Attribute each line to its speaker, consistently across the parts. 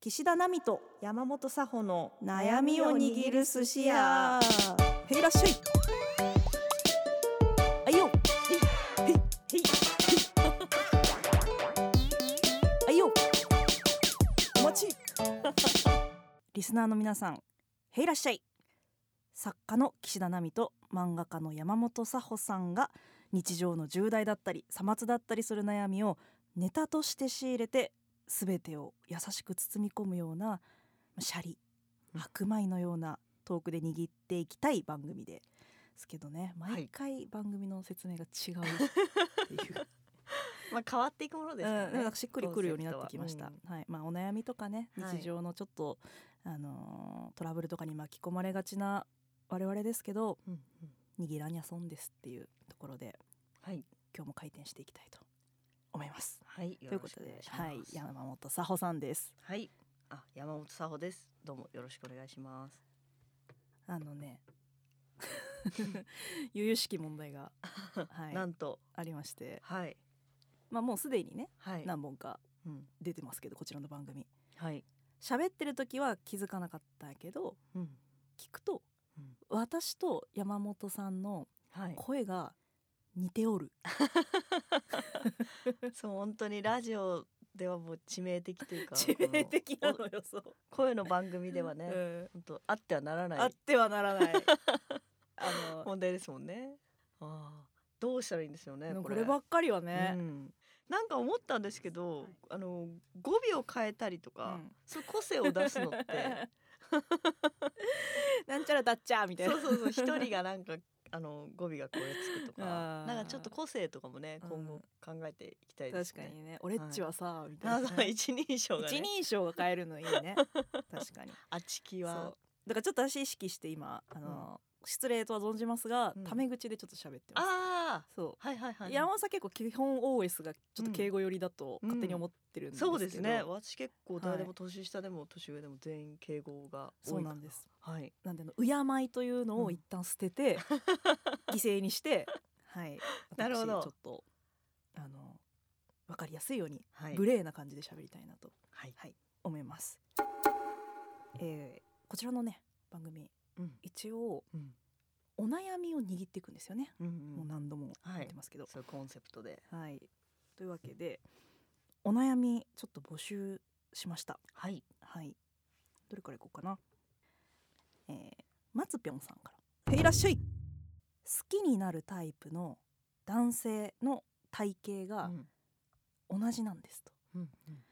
Speaker 1: 岸田奈美と山本佐穂の悩みを握る寿司屋へいらっしゃいあいよへいへいへいへいあいよお待ちリスナーの皆さんへいらっしゃい作家の岸田奈美と漫画家の山本佐穂さんが日常の重大だったりさまつだったりする悩みをネタとして仕入れて全てを優しく包み込むようなシャリ白米のようなトークで握っていきたい番組ですけどね
Speaker 2: はい
Speaker 1: 毎回番組の説明が違うって いう、
Speaker 2: まあ変わっていくものですか
Speaker 1: うん、
Speaker 2: らね。
Speaker 1: でもなんかしっくりくるようになってきました
Speaker 2: コ
Speaker 1: は
Speaker 2: ンセプ、
Speaker 1: いまあ、お悩みとかね
Speaker 2: はい
Speaker 1: 日常のちょっと、あのートラブルとかに巻き込まれがちな我々ですけど
Speaker 2: トはうんうん
Speaker 1: 握らにゃ損ですっていうところで
Speaker 2: はい
Speaker 1: 今日も回転していきたいと思います。
Speaker 2: はい。
Speaker 1: ということで、は
Speaker 2: はいい、
Speaker 1: 山本佐穂さんです。
Speaker 2: はい。あ山本佐穂です。どうもよろしくお願いします。
Speaker 1: あのね、 由々しき問題 が、はい、
Speaker 2: なんと
Speaker 1: ありまして、
Speaker 2: はい
Speaker 1: まあもうすでにね、
Speaker 2: はい。
Speaker 1: 何本か
Speaker 2: うん
Speaker 1: 出てますけどこちらの番組。
Speaker 2: はい。
Speaker 1: 喋ってる時は気づかなかったけど、
Speaker 2: うん
Speaker 1: 聞くと
Speaker 2: うん
Speaker 1: 私と山本さんの
Speaker 2: はい。
Speaker 1: 声が似ておる。
Speaker 2: そう本当にラジオではもう致命的という か
Speaker 1: 致命的なのよそう。
Speaker 2: お声の番組ではね、
Speaker 1: うん
Speaker 2: 本当あってはなら
Speaker 1: あ
Speaker 2: な
Speaker 1: っ
Speaker 2: い
Speaker 1: てはなら ない。あの
Speaker 2: 問題ですもんね。ああどうしたらいいんですよね
Speaker 1: でも
Speaker 2: こ
Speaker 1: こ
Speaker 2: れ。
Speaker 1: ればっかりはね、
Speaker 2: うんなんか思ったんですけど、
Speaker 1: はい
Speaker 2: あの語尾を変えたりとか、
Speaker 1: うん
Speaker 2: そう個性を出すのって
Speaker 1: なんちゃらだっちゃみたいな
Speaker 2: そうそうそう一人がなんかあの語尾がこれつく と
Speaker 1: あ
Speaker 2: か
Speaker 1: ー
Speaker 2: なんかちょっと個性とかもね
Speaker 1: うん
Speaker 2: 今後考えていきたいです
Speaker 1: 確
Speaker 2: ね
Speaker 1: か。にね俺っちはさ、みた
Speaker 2: あ
Speaker 1: いな
Speaker 2: そう一人称が
Speaker 1: 一
Speaker 2: ね
Speaker 1: 人称が変えるのいいね確かに
Speaker 2: あちき
Speaker 1: そう
Speaker 2: は
Speaker 1: だからちょっと私意識して今あの、失礼とは存じますが、
Speaker 2: うん
Speaker 1: タメ口でちょっと喋ってます
Speaker 2: あ
Speaker 1: そ
Speaker 2: あはいはいは
Speaker 1: う
Speaker 2: い。
Speaker 1: 山本さん結構基本 OS がちょっと敬語寄りだと
Speaker 2: うん
Speaker 1: 勝手に思ってるんですけど、
Speaker 2: そうですね私結構誰で
Speaker 1: は
Speaker 2: も年下でも年上でも全員敬語が多い
Speaker 1: そうなんです
Speaker 2: はい
Speaker 1: なんであの敬いというのを一旦捨て て、犠牲にしてはい
Speaker 2: なるほど
Speaker 1: 私ちょっとあのわかりやすいように
Speaker 2: はい
Speaker 1: 無礼な感じで喋りたいなと
Speaker 2: はい
Speaker 1: 思います、えーこちらのね番組
Speaker 2: うん
Speaker 1: 一応
Speaker 2: うん
Speaker 1: お悩みを握っていくんですよね、
Speaker 2: うん
Speaker 1: もう何度も
Speaker 2: はい
Speaker 1: 言ってますけど
Speaker 2: そういうコンセプトで
Speaker 1: はい、というわけでお悩みちょっと募集しました
Speaker 2: はい
Speaker 1: はいどれからいこうかなえー、まつぴょんさんからへいらっしゃい好きになるタイプの男性の体型が
Speaker 2: うん
Speaker 1: 同じなんですと、
Speaker 2: うんうん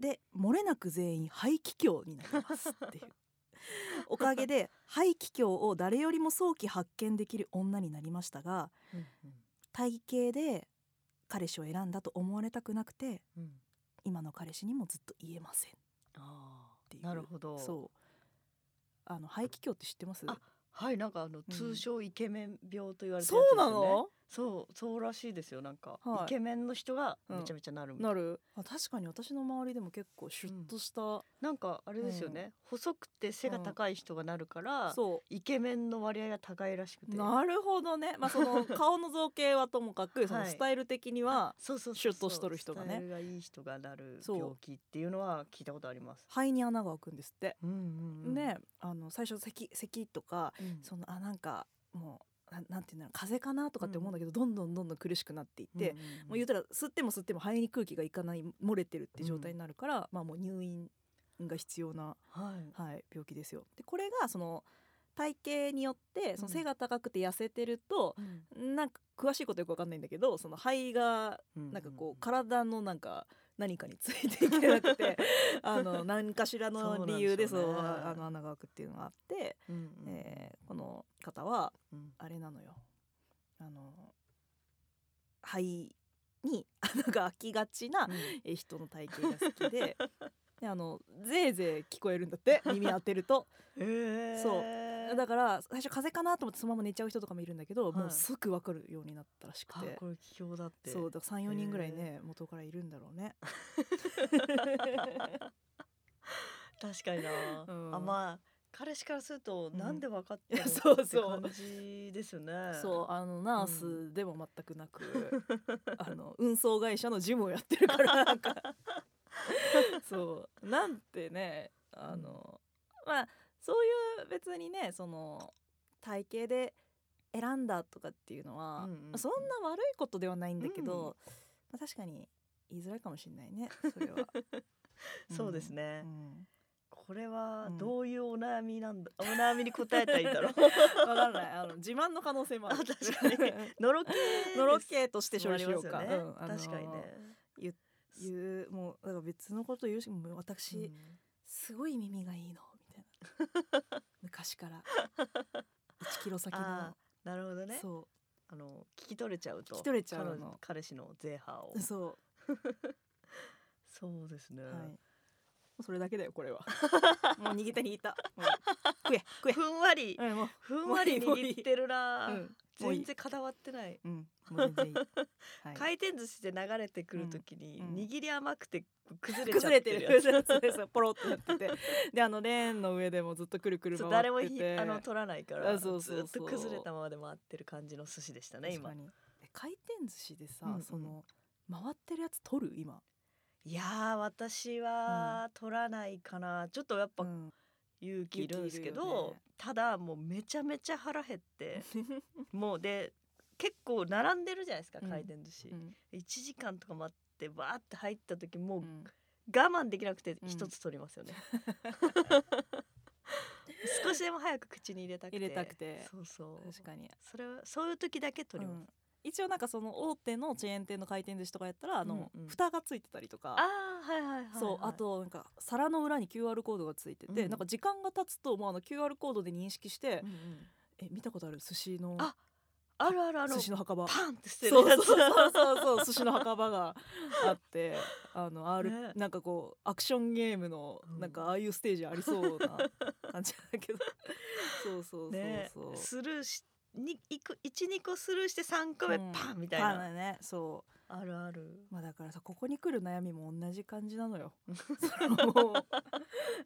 Speaker 1: で漏れなく全員肺気胸になりますっていう おかげで肺気胸を誰よりも早期発見できる女になりましたが
Speaker 2: うんうん
Speaker 1: 体型で彼氏を選んだと思われたくなくて
Speaker 2: うん
Speaker 1: 今の彼氏にもずっと言えません
Speaker 2: あ
Speaker 1: ていう
Speaker 2: あなるほど
Speaker 1: そうあの肺気胸って知ってます
Speaker 2: あはいなんかあの
Speaker 1: ん
Speaker 2: 通称イケメン病と言われてる
Speaker 1: そう
Speaker 2: や
Speaker 1: な
Speaker 2: つですよね
Speaker 1: の
Speaker 2: そうそうらしいですよなんか、
Speaker 1: はい
Speaker 2: イケメンの人が
Speaker 1: うん
Speaker 2: めちゃめちゃなるみた
Speaker 1: な
Speaker 2: いな,、
Speaker 1: るあ確かに私の周りでも結構シュッとした、
Speaker 2: なんかあれですよね、細くて背が高い人がなるから、
Speaker 1: そ
Speaker 2: イケメンの割合が高いらしく
Speaker 1: う
Speaker 2: て
Speaker 1: なるほどねまあその顔の造形 はともかくその
Speaker 2: はい
Speaker 1: スタイル的には
Speaker 2: そうそうそうそう
Speaker 1: シュッとしとる人がね
Speaker 2: スタイルがいい人がなる
Speaker 1: そう
Speaker 2: 病気っていうのは聞いたことあります
Speaker 1: 肺に穴が開くんですって、
Speaker 2: うんうんうん、
Speaker 1: であの最初咳咳とか
Speaker 2: うん
Speaker 1: そのあなんかもうななんていうんだろう風邪かなとかって思うんだけど、どんどんどんどん苦しくなっていって、
Speaker 2: んんん
Speaker 1: もう言うたら吸っても吸っても肺に空気がいかない漏れてるって状態になるから、まあもう入院が必要な、
Speaker 2: はい
Speaker 1: はい、病気ですよ。でこれがその体型によってその背が高くて痩せてると、
Speaker 2: うん
Speaker 1: なんか詳しいことよくわかんないんだけどその肺が
Speaker 2: うん
Speaker 1: なんかこう体のなんか何かについていけなく てあの何かしらの理由でそ
Speaker 2: そううなんでしょうね
Speaker 1: あの穴が開くっていうのがあって、
Speaker 2: うんうんうん
Speaker 1: えーこの方は
Speaker 2: うん
Speaker 1: あれなのよあの肺に 穴が開きがちな
Speaker 2: うん
Speaker 1: えー人の体型が好き でであのぜいぜい聞こえるんだって耳当てると
Speaker 2: えー、
Speaker 1: そうだから最初風邪かなと思ってそのまま寝ちゃう人とかもいるんだけど、
Speaker 2: はい
Speaker 1: もう即分かるようになったらしく
Speaker 2: あ
Speaker 1: て
Speaker 2: これ気境だって
Speaker 1: そうだから34人ぐらいね元からいるんだろう ね。
Speaker 2: 確かにな、
Speaker 1: うん
Speaker 2: あまあ彼氏からすると
Speaker 1: うん
Speaker 2: なんで分かったの、
Speaker 1: いやそう
Speaker 2: って
Speaker 1: そう
Speaker 2: 感じですよね
Speaker 1: そうあのナースで も全くなく、あの運送会社の事務をやってるからなんかそうなんてねあの、まあそういう別にねその体型で選んだとかっていうのは、
Speaker 2: うんうんうん。
Speaker 1: そんな悪いことではないんだけど、まあ、確かに言いづらいかもしれないねそれは
Speaker 2: そうです
Speaker 1: う
Speaker 2: ね、
Speaker 1: ん
Speaker 2: これは
Speaker 1: うん
Speaker 2: どういうお悩みなんだ、お悩みに答えたらいいんだろう
Speaker 1: わからないあの自慢の可能性もある
Speaker 2: あ確かにのろけで す
Speaker 1: のろけとして
Speaker 2: も
Speaker 1: 処
Speaker 2: あ
Speaker 1: 理
Speaker 2: り
Speaker 1: し
Speaker 2: ま
Speaker 1: よう
Speaker 2: すよ
Speaker 1: か、
Speaker 2: ね、
Speaker 1: うんあの
Speaker 2: 確かにね、
Speaker 1: 言うもうだから別のこと言うしもう私、
Speaker 2: うん
Speaker 1: すごい耳がいいのみたい な昔から1キロ先の
Speaker 2: あ、なるほどね
Speaker 1: そ
Speaker 2: あの聞き取れちゃうと
Speaker 1: 聞き取れちゃうの
Speaker 2: 彼彼氏のゼーハーを
Speaker 1: うそ
Speaker 2: そうですね、
Speaker 1: う、はいもうそれだけだよこれは もう握手にいたもう食え食え
Speaker 2: ふんわり、
Speaker 1: うんもう
Speaker 2: ふんわり
Speaker 1: もういい
Speaker 2: 握ってるな、
Speaker 1: うんもうい
Speaker 2: 全
Speaker 1: い
Speaker 2: 然固まってない
Speaker 1: うんもう全然いい、はい
Speaker 2: 回転寿司で流れてくるときに、
Speaker 1: うんうん
Speaker 2: 握り甘くて崩れちゃ
Speaker 1: 崩
Speaker 2: っ
Speaker 1: れ
Speaker 2: て
Speaker 1: て
Speaker 2: る
Speaker 1: る
Speaker 2: やつ
Speaker 1: そうですそうポロってなっててであのレーンの上でもずっとくるくる
Speaker 2: そ
Speaker 1: 回
Speaker 2: う
Speaker 1: ってて
Speaker 2: 誰もひあの取らないから
Speaker 1: あそうそうそう
Speaker 2: ずっと崩れたままで回ってる感じの寿司でしたね
Speaker 1: 確
Speaker 2: 今
Speaker 1: かにえ回転寿司でさ、
Speaker 2: うんうん
Speaker 1: その回ってるやつ取る今、
Speaker 2: いやー私は取らないかな、ちょっとやっぱ
Speaker 1: うん
Speaker 2: 勇気いるんですけど、
Speaker 1: 勇気いるよね
Speaker 2: ただもうめちゃめちゃ腹減って もうで結構並んでるじゃないですか
Speaker 1: うん
Speaker 2: 回転寿司、
Speaker 1: うん
Speaker 2: 一1時間とか待ってバーって入った時もう
Speaker 1: うん
Speaker 2: 我慢できなくて
Speaker 1: うん
Speaker 2: 一つ取ります よね、少しでも早く口に入れたくて
Speaker 1: 入れたくて
Speaker 2: そうそう
Speaker 1: 確かに
Speaker 2: それはそういう時だけ取ります、
Speaker 1: うん一応なんかその大手のチェーン店の回転寿司とかやったらあの、
Speaker 2: うんうん
Speaker 1: 蓋がついてたりとか
Speaker 2: ああはいはいはい、はい、
Speaker 1: そうあとなんか皿の裏に QR コードがついてて、
Speaker 2: うん
Speaker 1: なんか時間が経つともうあの QR コードで認識して、
Speaker 2: うんうん
Speaker 1: え見たことある寿司の
Speaker 2: ああるあるあの
Speaker 1: 寿司の墓場
Speaker 2: パンって捨て
Speaker 1: そう
Speaker 2: るや
Speaker 1: そう
Speaker 2: つ
Speaker 1: そうそうそう 寿司の墓場があってあの、R
Speaker 2: ね
Speaker 1: なんかこうアクションゲームの
Speaker 2: うん
Speaker 1: なんかああいうステージありそうな感じだ けどそうそう
Speaker 2: ね
Speaker 1: そうそう。
Speaker 2: スルーしにいく12個スルーして3個目、
Speaker 1: うん
Speaker 2: パンみたい
Speaker 1: パン
Speaker 2: な
Speaker 1: だねそう
Speaker 2: あるある
Speaker 1: まあだからさここに来る悩みも同じ感じなのよ。 そのもう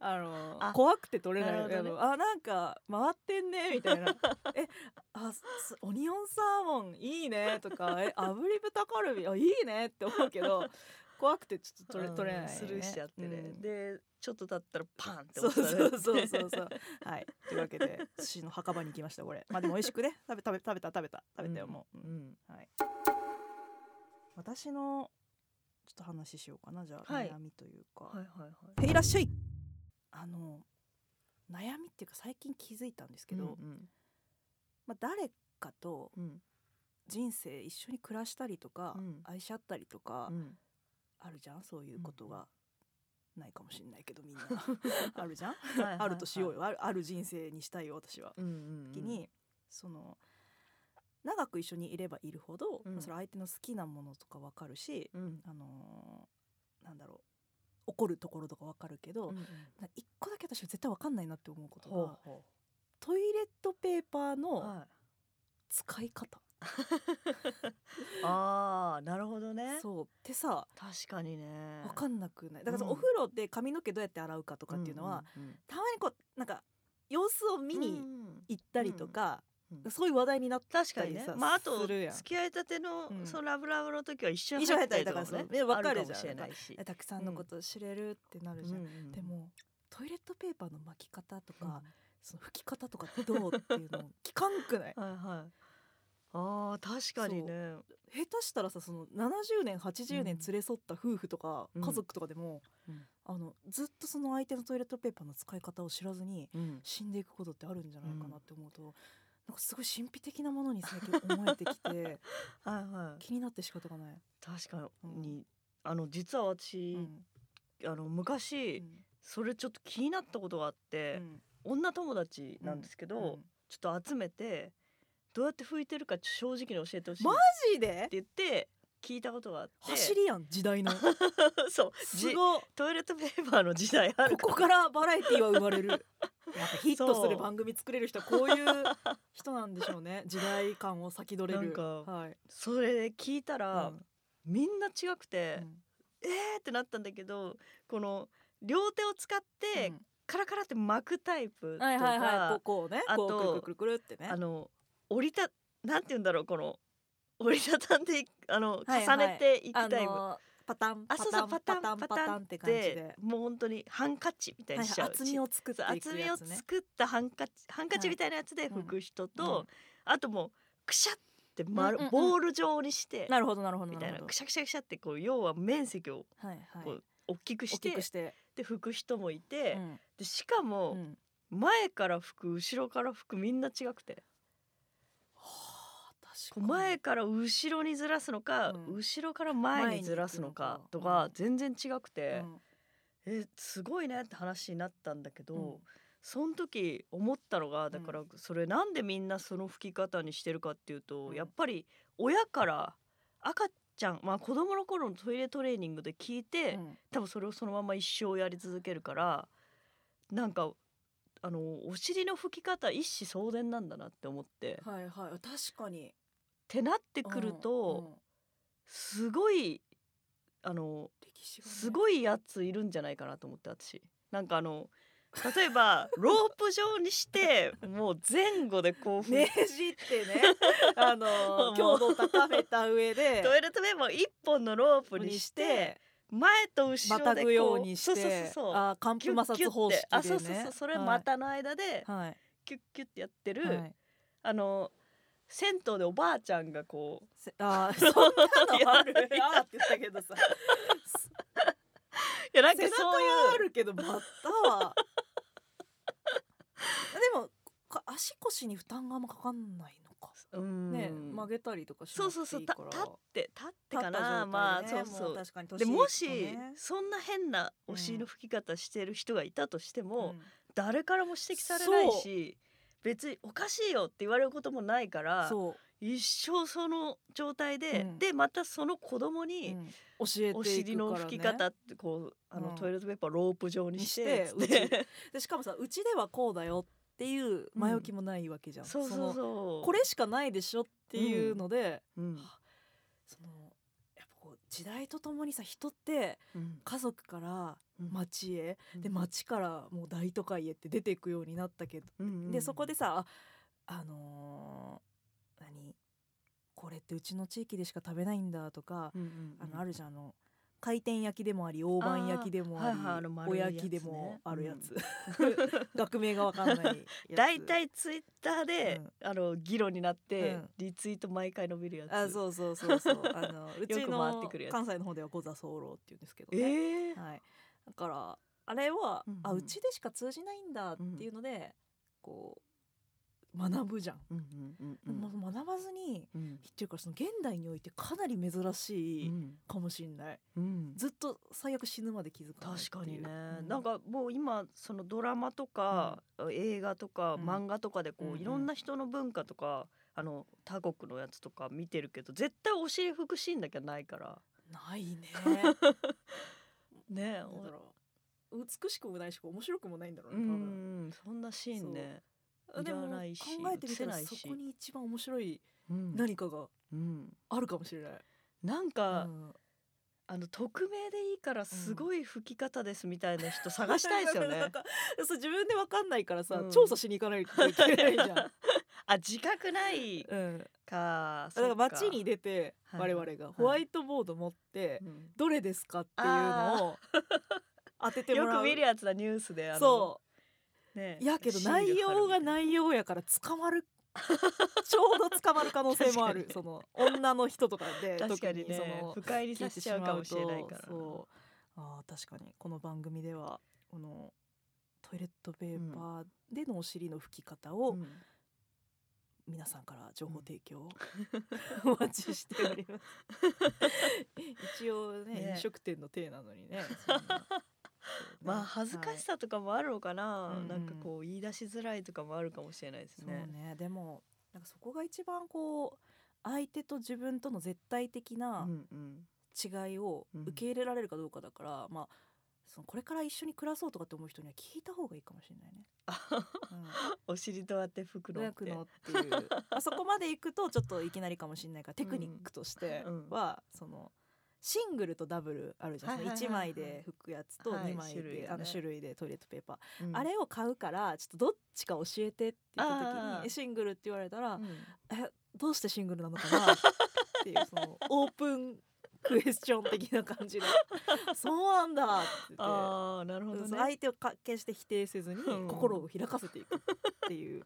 Speaker 1: あの
Speaker 2: あ
Speaker 1: 怖くて取れない
Speaker 2: なる
Speaker 1: あ
Speaker 2: ほどね
Speaker 1: のあなんか回ってんねみたい な「えあすオニオンサーモンいいね」とか「え炙り豚カルビあいいね」って思うけど怖くてちょっと取れ取れない、
Speaker 2: うん
Speaker 1: ね、
Speaker 2: スルーしちゃってね、
Speaker 1: うん
Speaker 2: でちょっと経ったらパンって
Speaker 1: そう
Speaker 2: 落
Speaker 1: そ
Speaker 2: と
Speaker 1: う
Speaker 2: さ
Speaker 1: そ
Speaker 2: れ
Speaker 1: う
Speaker 2: て
Speaker 1: そうそうそうはいというわけで寿司の墓場に行きましたこれまあでも美味しくね食べ食べ食べた食べた食べたよもう、うん
Speaker 2: ん
Speaker 1: はい、私のちょっと話しようかなじゃあ、
Speaker 2: はい
Speaker 1: 悩みというか、
Speaker 2: はいはいはい
Speaker 1: い、いらっしゃいあの悩みっていうか最近気づいたんですけど、
Speaker 2: うん
Speaker 1: まあ、誰かと
Speaker 2: うん
Speaker 1: 人生一緒に暮らしたりとか、
Speaker 2: うん
Speaker 1: 愛し合ったりとか
Speaker 2: うん
Speaker 1: あるじゃんそういうこと
Speaker 2: うん
Speaker 1: が。ないかもしれないけどみん なあるじゃん
Speaker 2: いはいはい
Speaker 1: あるとしようよあるある人生にしたいよ私は
Speaker 2: うんうん
Speaker 1: 時に、その長く一緒にいればいるほど、
Speaker 2: うん
Speaker 1: まあそれ相手の好きなものとかわかるし、
Speaker 2: うんうん
Speaker 1: あのーなんだろう怒るところとかわかるけど、
Speaker 2: うん
Speaker 1: な一個だけ私は絶対わかんないなって思うこと
Speaker 2: ほう
Speaker 1: が
Speaker 2: ほ
Speaker 1: トイレットペーパー
Speaker 2: う
Speaker 1: の
Speaker 2: はい
Speaker 1: 使い方、
Speaker 2: ああなるほどね
Speaker 1: そうってさ
Speaker 2: 確かにね
Speaker 1: わかんなくないだからその
Speaker 2: う
Speaker 1: お
Speaker 2: ん
Speaker 1: 風呂で髪の毛どうやって洗うかとかっていうのは、
Speaker 2: うんうんうん
Speaker 1: たまにこうなんか様子を見
Speaker 2: うんう
Speaker 1: に
Speaker 2: ん
Speaker 1: 行ったりとか、
Speaker 2: うんうん
Speaker 1: そういう話題になっ
Speaker 2: 確かにね
Speaker 1: たりさ
Speaker 2: まああと
Speaker 1: するやん
Speaker 2: 付き合いたての、
Speaker 1: うん
Speaker 2: そのラブラブの時は一緒に
Speaker 1: 一緒に
Speaker 2: 入
Speaker 1: 入
Speaker 2: っ
Speaker 1: ったた
Speaker 2: り
Speaker 1: りと
Speaker 2: とか
Speaker 1: か
Speaker 2: もね
Speaker 1: そうねわかる
Speaker 2: あかもしれないし、
Speaker 1: たくさんのこと知れるってなるじゃん、でもトイレットペーパーの巻き方とか、その拭き方とかってどうっていうの聞かん くない
Speaker 2: はいはいあー確かにね
Speaker 1: 下手したらさその70年80年
Speaker 2: うん
Speaker 1: 連れ添った夫婦とか、
Speaker 2: うん
Speaker 1: 家族とかでも、
Speaker 2: うん
Speaker 1: あのずっとその相手のトイレットペーパーの使い方を知らずに
Speaker 2: うん
Speaker 1: 死んでいくことってあるんじゃないかなって思うと、なんかすごい神秘的なものに最近思えてき て
Speaker 2: はいはい
Speaker 1: 気になって仕方がない。
Speaker 2: 確か
Speaker 1: うん
Speaker 2: に、あの実は
Speaker 1: う
Speaker 2: 私、
Speaker 1: ん
Speaker 2: あの昔、
Speaker 1: うん
Speaker 2: それちょっと気になったことがあって、女友達なんですけど、
Speaker 1: うん
Speaker 2: ちょっと集めてどうやって拭いてるか正直に教えてほしいっ
Speaker 1: マジで
Speaker 2: て言って聞いたことがあって
Speaker 1: 走りやん時代の
Speaker 2: そう
Speaker 1: す
Speaker 2: じ
Speaker 1: ごい
Speaker 2: トイレットペーパーの時代ある
Speaker 1: ここからバラエティーは生ま れる。やっぱヒットす
Speaker 2: そ
Speaker 1: る
Speaker 2: う
Speaker 1: 番組作れる人はこういう人なんでしょうね。時代感を先取れる。
Speaker 2: なんか
Speaker 1: はい。
Speaker 2: それで聞いたら、
Speaker 1: うん
Speaker 2: みんな違くて、
Speaker 1: うん
Speaker 2: えーってなったんだけどこの両手を使って
Speaker 1: うん
Speaker 2: カラカラって巻くタイプとか、
Speaker 1: はいはいはい。こうこうね。
Speaker 2: あと
Speaker 1: こうくるくるくるくるってね。
Speaker 2: あの折りたなんて言うんだろうこの折りたたんでいあの
Speaker 1: はいはい
Speaker 2: 重ねていくタイプ、
Speaker 1: あのパタン
Speaker 2: あ
Speaker 1: パ
Speaker 2: そう
Speaker 1: タ
Speaker 2: そ
Speaker 1: ン
Speaker 2: うパタン
Speaker 1: パタンパタンって感じで、
Speaker 2: もう本当にハンカチみたい
Speaker 1: は
Speaker 2: に
Speaker 1: い
Speaker 2: しちゃう、
Speaker 1: 厚みを作っ
Speaker 2: そう
Speaker 1: てい
Speaker 2: 厚
Speaker 1: く
Speaker 2: み
Speaker 1: や
Speaker 2: を
Speaker 1: つね
Speaker 2: 作ったハンカチハンカチみたいなやつで拭く人と、あともうくしゃって丸、
Speaker 1: うんうんうん
Speaker 2: ボール状にして
Speaker 1: なるほどなるほど
Speaker 2: み
Speaker 1: な
Speaker 2: たい
Speaker 1: る
Speaker 2: な
Speaker 1: ほど
Speaker 2: くしゃくしゃくしゃってこう要は面積を
Speaker 1: はい
Speaker 2: こ
Speaker 1: は
Speaker 2: う大きく
Speaker 1: い大
Speaker 2: して、
Speaker 1: きくして、
Speaker 2: で拭く人もいうて、
Speaker 1: ん
Speaker 2: でしかも、
Speaker 1: うん
Speaker 2: 前から拭く後ろから拭くみんな違くて
Speaker 1: はあ
Speaker 2: こ
Speaker 1: 確
Speaker 2: う
Speaker 1: かに
Speaker 2: 前から後ろにずらすのか、
Speaker 1: うん
Speaker 2: 後ろから前にずらすのかとか全然違くて、えすごいねって話になったんだけど、
Speaker 1: うん
Speaker 2: その時思ったのがだからそれなんでみんなその吹き方にしてるかっていうと、
Speaker 1: うん
Speaker 2: やっぱり親から赤ちゃん、まあ、子供の頃のトイレトレーニングで聞いて、
Speaker 1: うんうん
Speaker 2: 多分それをそのまま一生やり続けるからなんかあのお尻の拭き方一子相伝なんだなって思って。っ
Speaker 1: はいはい確かに
Speaker 2: てなってくると、
Speaker 1: うんうん
Speaker 2: すごいあの
Speaker 1: 歴史がね
Speaker 2: すごいやついるんじゃないかなと思って私なんかあの例 えばロープ状にしてもう前後でこう、
Speaker 1: ねじって ねあの
Speaker 2: もう
Speaker 1: 強度高めた上で
Speaker 2: トイレットペーパーを一本のロープにして前と
Speaker 1: ま
Speaker 2: 後ろ
Speaker 1: た
Speaker 2: で
Speaker 1: ぐようにして
Speaker 2: そうそうそうそう
Speaker 1: あー
Speaker 2: キュ
Speaker 1: 寒
Speaker 2: ッ
Speaker 1: 風摩
Speaker 2: キュ
Speaker 1: 擦
Speaker 2: ッ
Speaker 1: 方式
Speaker 2: て
Speaker 1: でね
Speaker 2: あそうそうそうそれ
Speaker 1: はい
Speaker 2: 股の間で
Speaker 1: はい
Speaker 2: キュッキュッてやってる、
Speaker 1: はい
Speaker 2: あの銭湯でおばあちゃんがこう
Speaker 1: せあーそんなのある
Speaker 2: いや
Speaker 1: あーって言ったけどさ
Speaker 2: いや なんか
Speaker 1: 背中
Speaker 2: そう
Speaker 1: はあ
Speaker 2: いう
Speaker 1: るけど股はでもか足腰に負担があんまかかんないのか
Speaker 2: うん
Speaker 1: ね曲げたりとかしな
Speaker 2: そう
Speaker 1: くてい
Speaker 2: そうそう
Speaker 1: い
Speaker 2: た
Speaker 1: か
Speaker 2: 立
Speaker 1: ら
Speaker 2: って立って
Speaker 1: 立
Speaker 2: か
Speaker 1: った状
Speaker 2: な、
Speaker 1: 態
Speaker 2: まあ
Speaker 1: ね
Speaker 2: そう
Speaker 1: も
Speaker 2: そう
Speaker 1: 確かに年
Speaker 2: で
Speaker 1: いくと
Speaker 2: もし
Speaker 1: ね
Speaker 2: そんな変なお尻の拭き方してる人がいたとしても、
Speaker 1: うん
Speaker 2: 誰からも指摘されないし別におかしいよって言われることもないから
Speaker 1: そう
Speaker 2: 一生その状態で、
Speaker 1: うん
Speaker 2: でまたその子供
Speaker 1: う
Speaker 2: に
Speaker 1: ん教えていくから、ね、
Speaker 2: お尻の拭き方ってこうあの、
Speaker 1: うん
Speaker 2: トイレットペーパーロープ状にし
Speaker 1: にし
Speaker 2: て
Speaker 1: て
Speaker 2: つって
Speaker 1: うでしかもさうちではこうだよっていう前置きもないわけじゃん、
Speaker 2: そうそうそ
Speaker 1: の
Speaker 2: う
Speaker 1: これしかないでしょっていうので、
Speaker 2: うん
Speaker 1: そのやっぱこう時代とともにさ人って
Speaker 2: うん
Speaker 1: 家族から町へ、
Speaker 2: うん
Speaker 1: で町からもう大都会へって出ていくようになったけど、
Speaker 2: うんうん
Speaker 1: でそこでさああのー何これってうちの地域でしか食べないんだとか、
Speaker 2: うんうんうん
Speaker 1: あのあるじゃんあの回転焼きでもあり大判焼きでもあり
Speaker 2: あーはいはいあの丸
Speaker 1: お
Speaker 2: いやつね
Speaker 1: 焼きでもあるやつ、
Speaker 2: う
Speaker 1: 学名がわかんないやつ
Speaker 2: 大体ツイッターで、あの議論になって、
Speaker 1: うん
Speaker 2: リツイート毎回伸びるやつ
Speaker 1: あそうそうそうそうあのうち
Speaker 2: よく回って
Speaker 1: の
Speaker 2: くるやつ
Speaker 1: 関西の方ではゴザソーローって言うんですけど
Speaker 2: え
Speaker 1: ね、
Speaker 2: え
Speaker 1: はい、だからあれは、
Speaker 2: うんうん
Speaker 1: あうちでしか通じないんだっていうので、こう学ぶじゃん。
Speaker 2: うんうんう
Speaker 1: で
Speaker 2: ん
Speaker 1: も学ばずに
Speaker 2: うんうん
Speaker 1: っていうかその現代においてかなり珍しいかもしれない、
Speaker 2: うん
Speaker 1: ずっと最悪死ぬまで気づかないっていう
Speaker 2: 確かにね、
Speaker 1: う
Speaker 2: なんかもう今そのドラマとか、映画とか、
Speaker 1: うん
Speaker 2: 漫画とかでこう、
Speaker 1: うんうん
Speaker 2: いろんな人の文化とかあの他国のやつとか見てるけど絶対お尻拭くシーンだけはないから
Speaker 1: ない ね
Speaker 2: ね
Speaker 1: だから美しくもないし面白くもないんだろ
Speaker 2: う
Speaker 1: うね多分
Speaker 2: んそんなシーンねい
Speaker 1: で
Speaker 2: ら
Speaker 1: も考
Speaker 2: ないし
Speaker 1: えてみたら
Speaker 2: 映せない
Speaker 1: そ
Speaker 2: し
Speaker 1: こに一番面白い
Speaker 2: うん
Speaker 1: 何かが
Speaker 2: うん
Speaker 1: あるかもしれない、
Speaker 2: なんか、
Speaker 1: うん
Speaker 2: あの匿名でいいからすごい吹き方ですみたいな人探したいですよ
Speaker 1: なん
Speaker 2: ね。
Speaker 1: かそう自分でわかんないからさ、
Speaker 2: うん
Speaker 1: 調査しに行かないといけない じゃん、
Speaker 2: あ自覚ない
Speaker 1: うん、だ
Speaker 2: か。
Speaker 1: から
Speaker 2: そ
Speaker 1: 街
Speaker 2: っ
Speaker 1: に出て
Speaker 2: はい
Speaker 1: 我々がホワイトボード持って、
Speaker 2: うん
Speaker 1: どれですかっていうのを当てても
Speaker 2: よ
Speaker 1: らう
Speaker 2: く見るやつだニュースであの、
Speaker 1: そう
Speaker 2: ね
Speaker 1: う、やけど内容が
Speaker 2: い
Speaker 1: 内容やから捕ま るちょうど捕まる可能性もある
Speaker 2: 確か
Speaker 1: その女の人とかで
Speaker 2: 確かにね
Speaker 1: 特にその
Speaker 2: 不快に
Speaker 1: 聞
Speaker 2: さ
Speaker 1: いて
Speaker 2: せ
Speaker 1: し
Speaker 2: ちゃう
Speaker 1: ま
Speaker 2: か
Speaker 1: う
Speaker 2: もしれない
Speaker 1: と
Speaker 2: から
Speaker 1: そうあー確かにこの番組ではこのトイレットペーパーでのお尻の拭き方を、
Speaker 2: ん
Speaker 1: 皆さんから情報提供を お待ちしており ます一応ね
Speaker 2: ね
Speaker 1: 飲食店の体なのにねそん なそうね
Speaker 2: まあ恥ずかしさとかもあるのかな、
Speaker 1: いうん
Speaker 2: なんかこう言い出しづらいとかもあるかもしれないです
Speaker 1: そう
Speaker 2: ね。
Speaker 1: ねでもなんかそこが一番こう相手と自分との絶対的
Speaker 2: う
Speaker 1: なん
Speaker 2: うん
Speaker 1: 違いを
Speaker 2: うん
Speaker 1: 受け入れられるかどうかだから、まあそのこれから一緒に暮らそうとかって思う人には聞いた方がいいかもしれないね。
Speaker 2: お尻とあって拭く
Speaker 1: うん、
Speaker 2: のっ
Speaker 1: 楽
Speaker 2: て
Speaker 1: のっていうあそこ まで行くとちょっといきなりかもしれないからテクニックとして
Speaker 2: うん
Speaker 1: は、そのシングルとダブルあるじゃん、
Speaker 2: はいはいはいはい
Speaker 1: 1枚で拭くやつと
Speaker 2: はい
Speaker 1: 2枚で、
Speaker 2: 種類がね
Speaker 1: あの種類でトイレットペーパー、
Speaker 2: うん
Speaker 1: あれを買うからちょっとどっちか教えてって言った時
Speaker 2: あ
Speaker 1: に
Speaker 2: ー
Speaker 1: えシングルって言われたら
Speaker 2: う、ん
Speaker 1: えどうしてシングルなのかなっていうそのオープンクエスチョン的な感 じでそうなんだって言って
Speaker 2: ああなるほど
Speaker 1: その
Speaker 2: ね。
Speaker 1: 相手をか決して否定せずに
Speaker 2: うん
Speaker 1: 心を開かせていくっていう、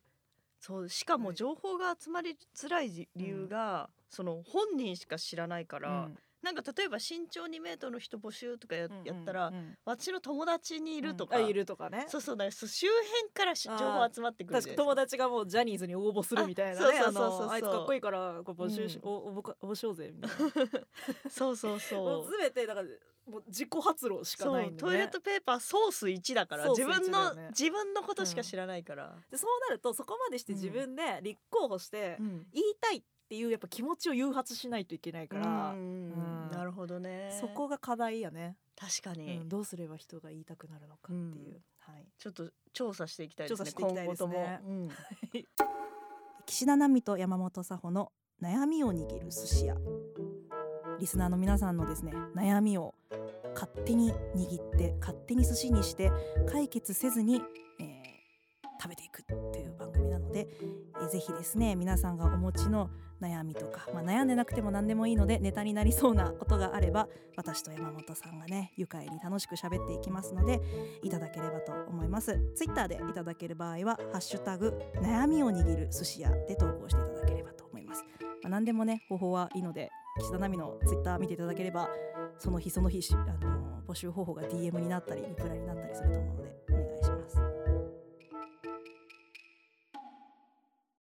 Speaker 2: そうしか
Speaker 1: は
Speaker 2: も
Speaker 1: い
Speaker 2: 情報が集まりづらい理由が、その本人しか知らないか
Speaker 1: う
Speaker 2: ら、なんか例えば身長2メートルの人募集とかや,、やったら、
Speaker 1: うんうん
Speaker 2: 私の友達にいるとか、
Speaker 1: うんあいるとかね
Speaker 2: そうそうだからそう周辺からし
Speaker 1: あー
Speaker 2: 情報集まってくる
Speaker 1: 確か
Speaker 2: じゃ
Speaker 1: に
Speaker 2: ない
Speaker 1: 友達がもうジャニーズに応募するみたいなね
Speaker 2: あ
Speaker 1: あ
Speaker 2: そうそうそうそう
Speaker 1: のあいつかっこいいからこう募集し、
Speaker 2: うん
Speaker 1: お応募か応募しようぜみたいな
Speaker 2: ですかそうそうそ
Speaker 1: も
Speaker 2: う
Speaker 1: う全てだからもう自己発露しか
Speaker 2: そ
Speaker 1: な
Speaker 2: う
Speaker 1: いんで、ね、
Speaker 2: トイレットペーパーソース1だから
Speaker 1: ソース
Speaker 2: 自分
Speaker 1: 1だ
Speaker 2: の、
Speaker 1: よね
Speaker 2: 自分のことしか知らないから、
Speaker 1: でそうなるとそこまでして自分で立候補して
Speaker 2: うん
Speaker 1: 言いたいっていうやっぱ気持ちを誘発しないといけないから
Speaker 2: う、ん
Speaker 1: うん
Speaker 2: なるほどね
Speaker 1: そこが課題やね、
Speaker 2: 確か
Speaker 1: う
Speaker 2: に、
Speaker 1: ん、どうすれば人が言いたくなるのかっていう、
Speaker 2: うん
Speaker 1: はい
Speaker 2: ちょっと調査していきたいです
Speaker 1: 調
Speaker 2: ね
Speaker 1: 査していきたいですね
Speaker 2: 今後とも、うん
Speaker 1: 岸田奈美と山本佐穂の悩みを握る寿司屋リスナーの皆さんのですね悩みを勝手に握って勝手に寿司にして解決せずに、えー食べていくという番組なので、えーぜひですね皆さんがお持ちの悩みとか、まあ、悩んでなくても何でもいいのでネタになりそうなことがあれば私と山本さんがね愉快に楽しく喋っていきますのでいただければと思いますツイッターでいただける場合はハッシュタグ悩みを握る寿司屋で投稿していただければと思います、まあ、何でもね方法はいいので岸田奈美のツイッター見ていただければその日その日しあの募集方法が DM になったりリプライになったりすると思うのでお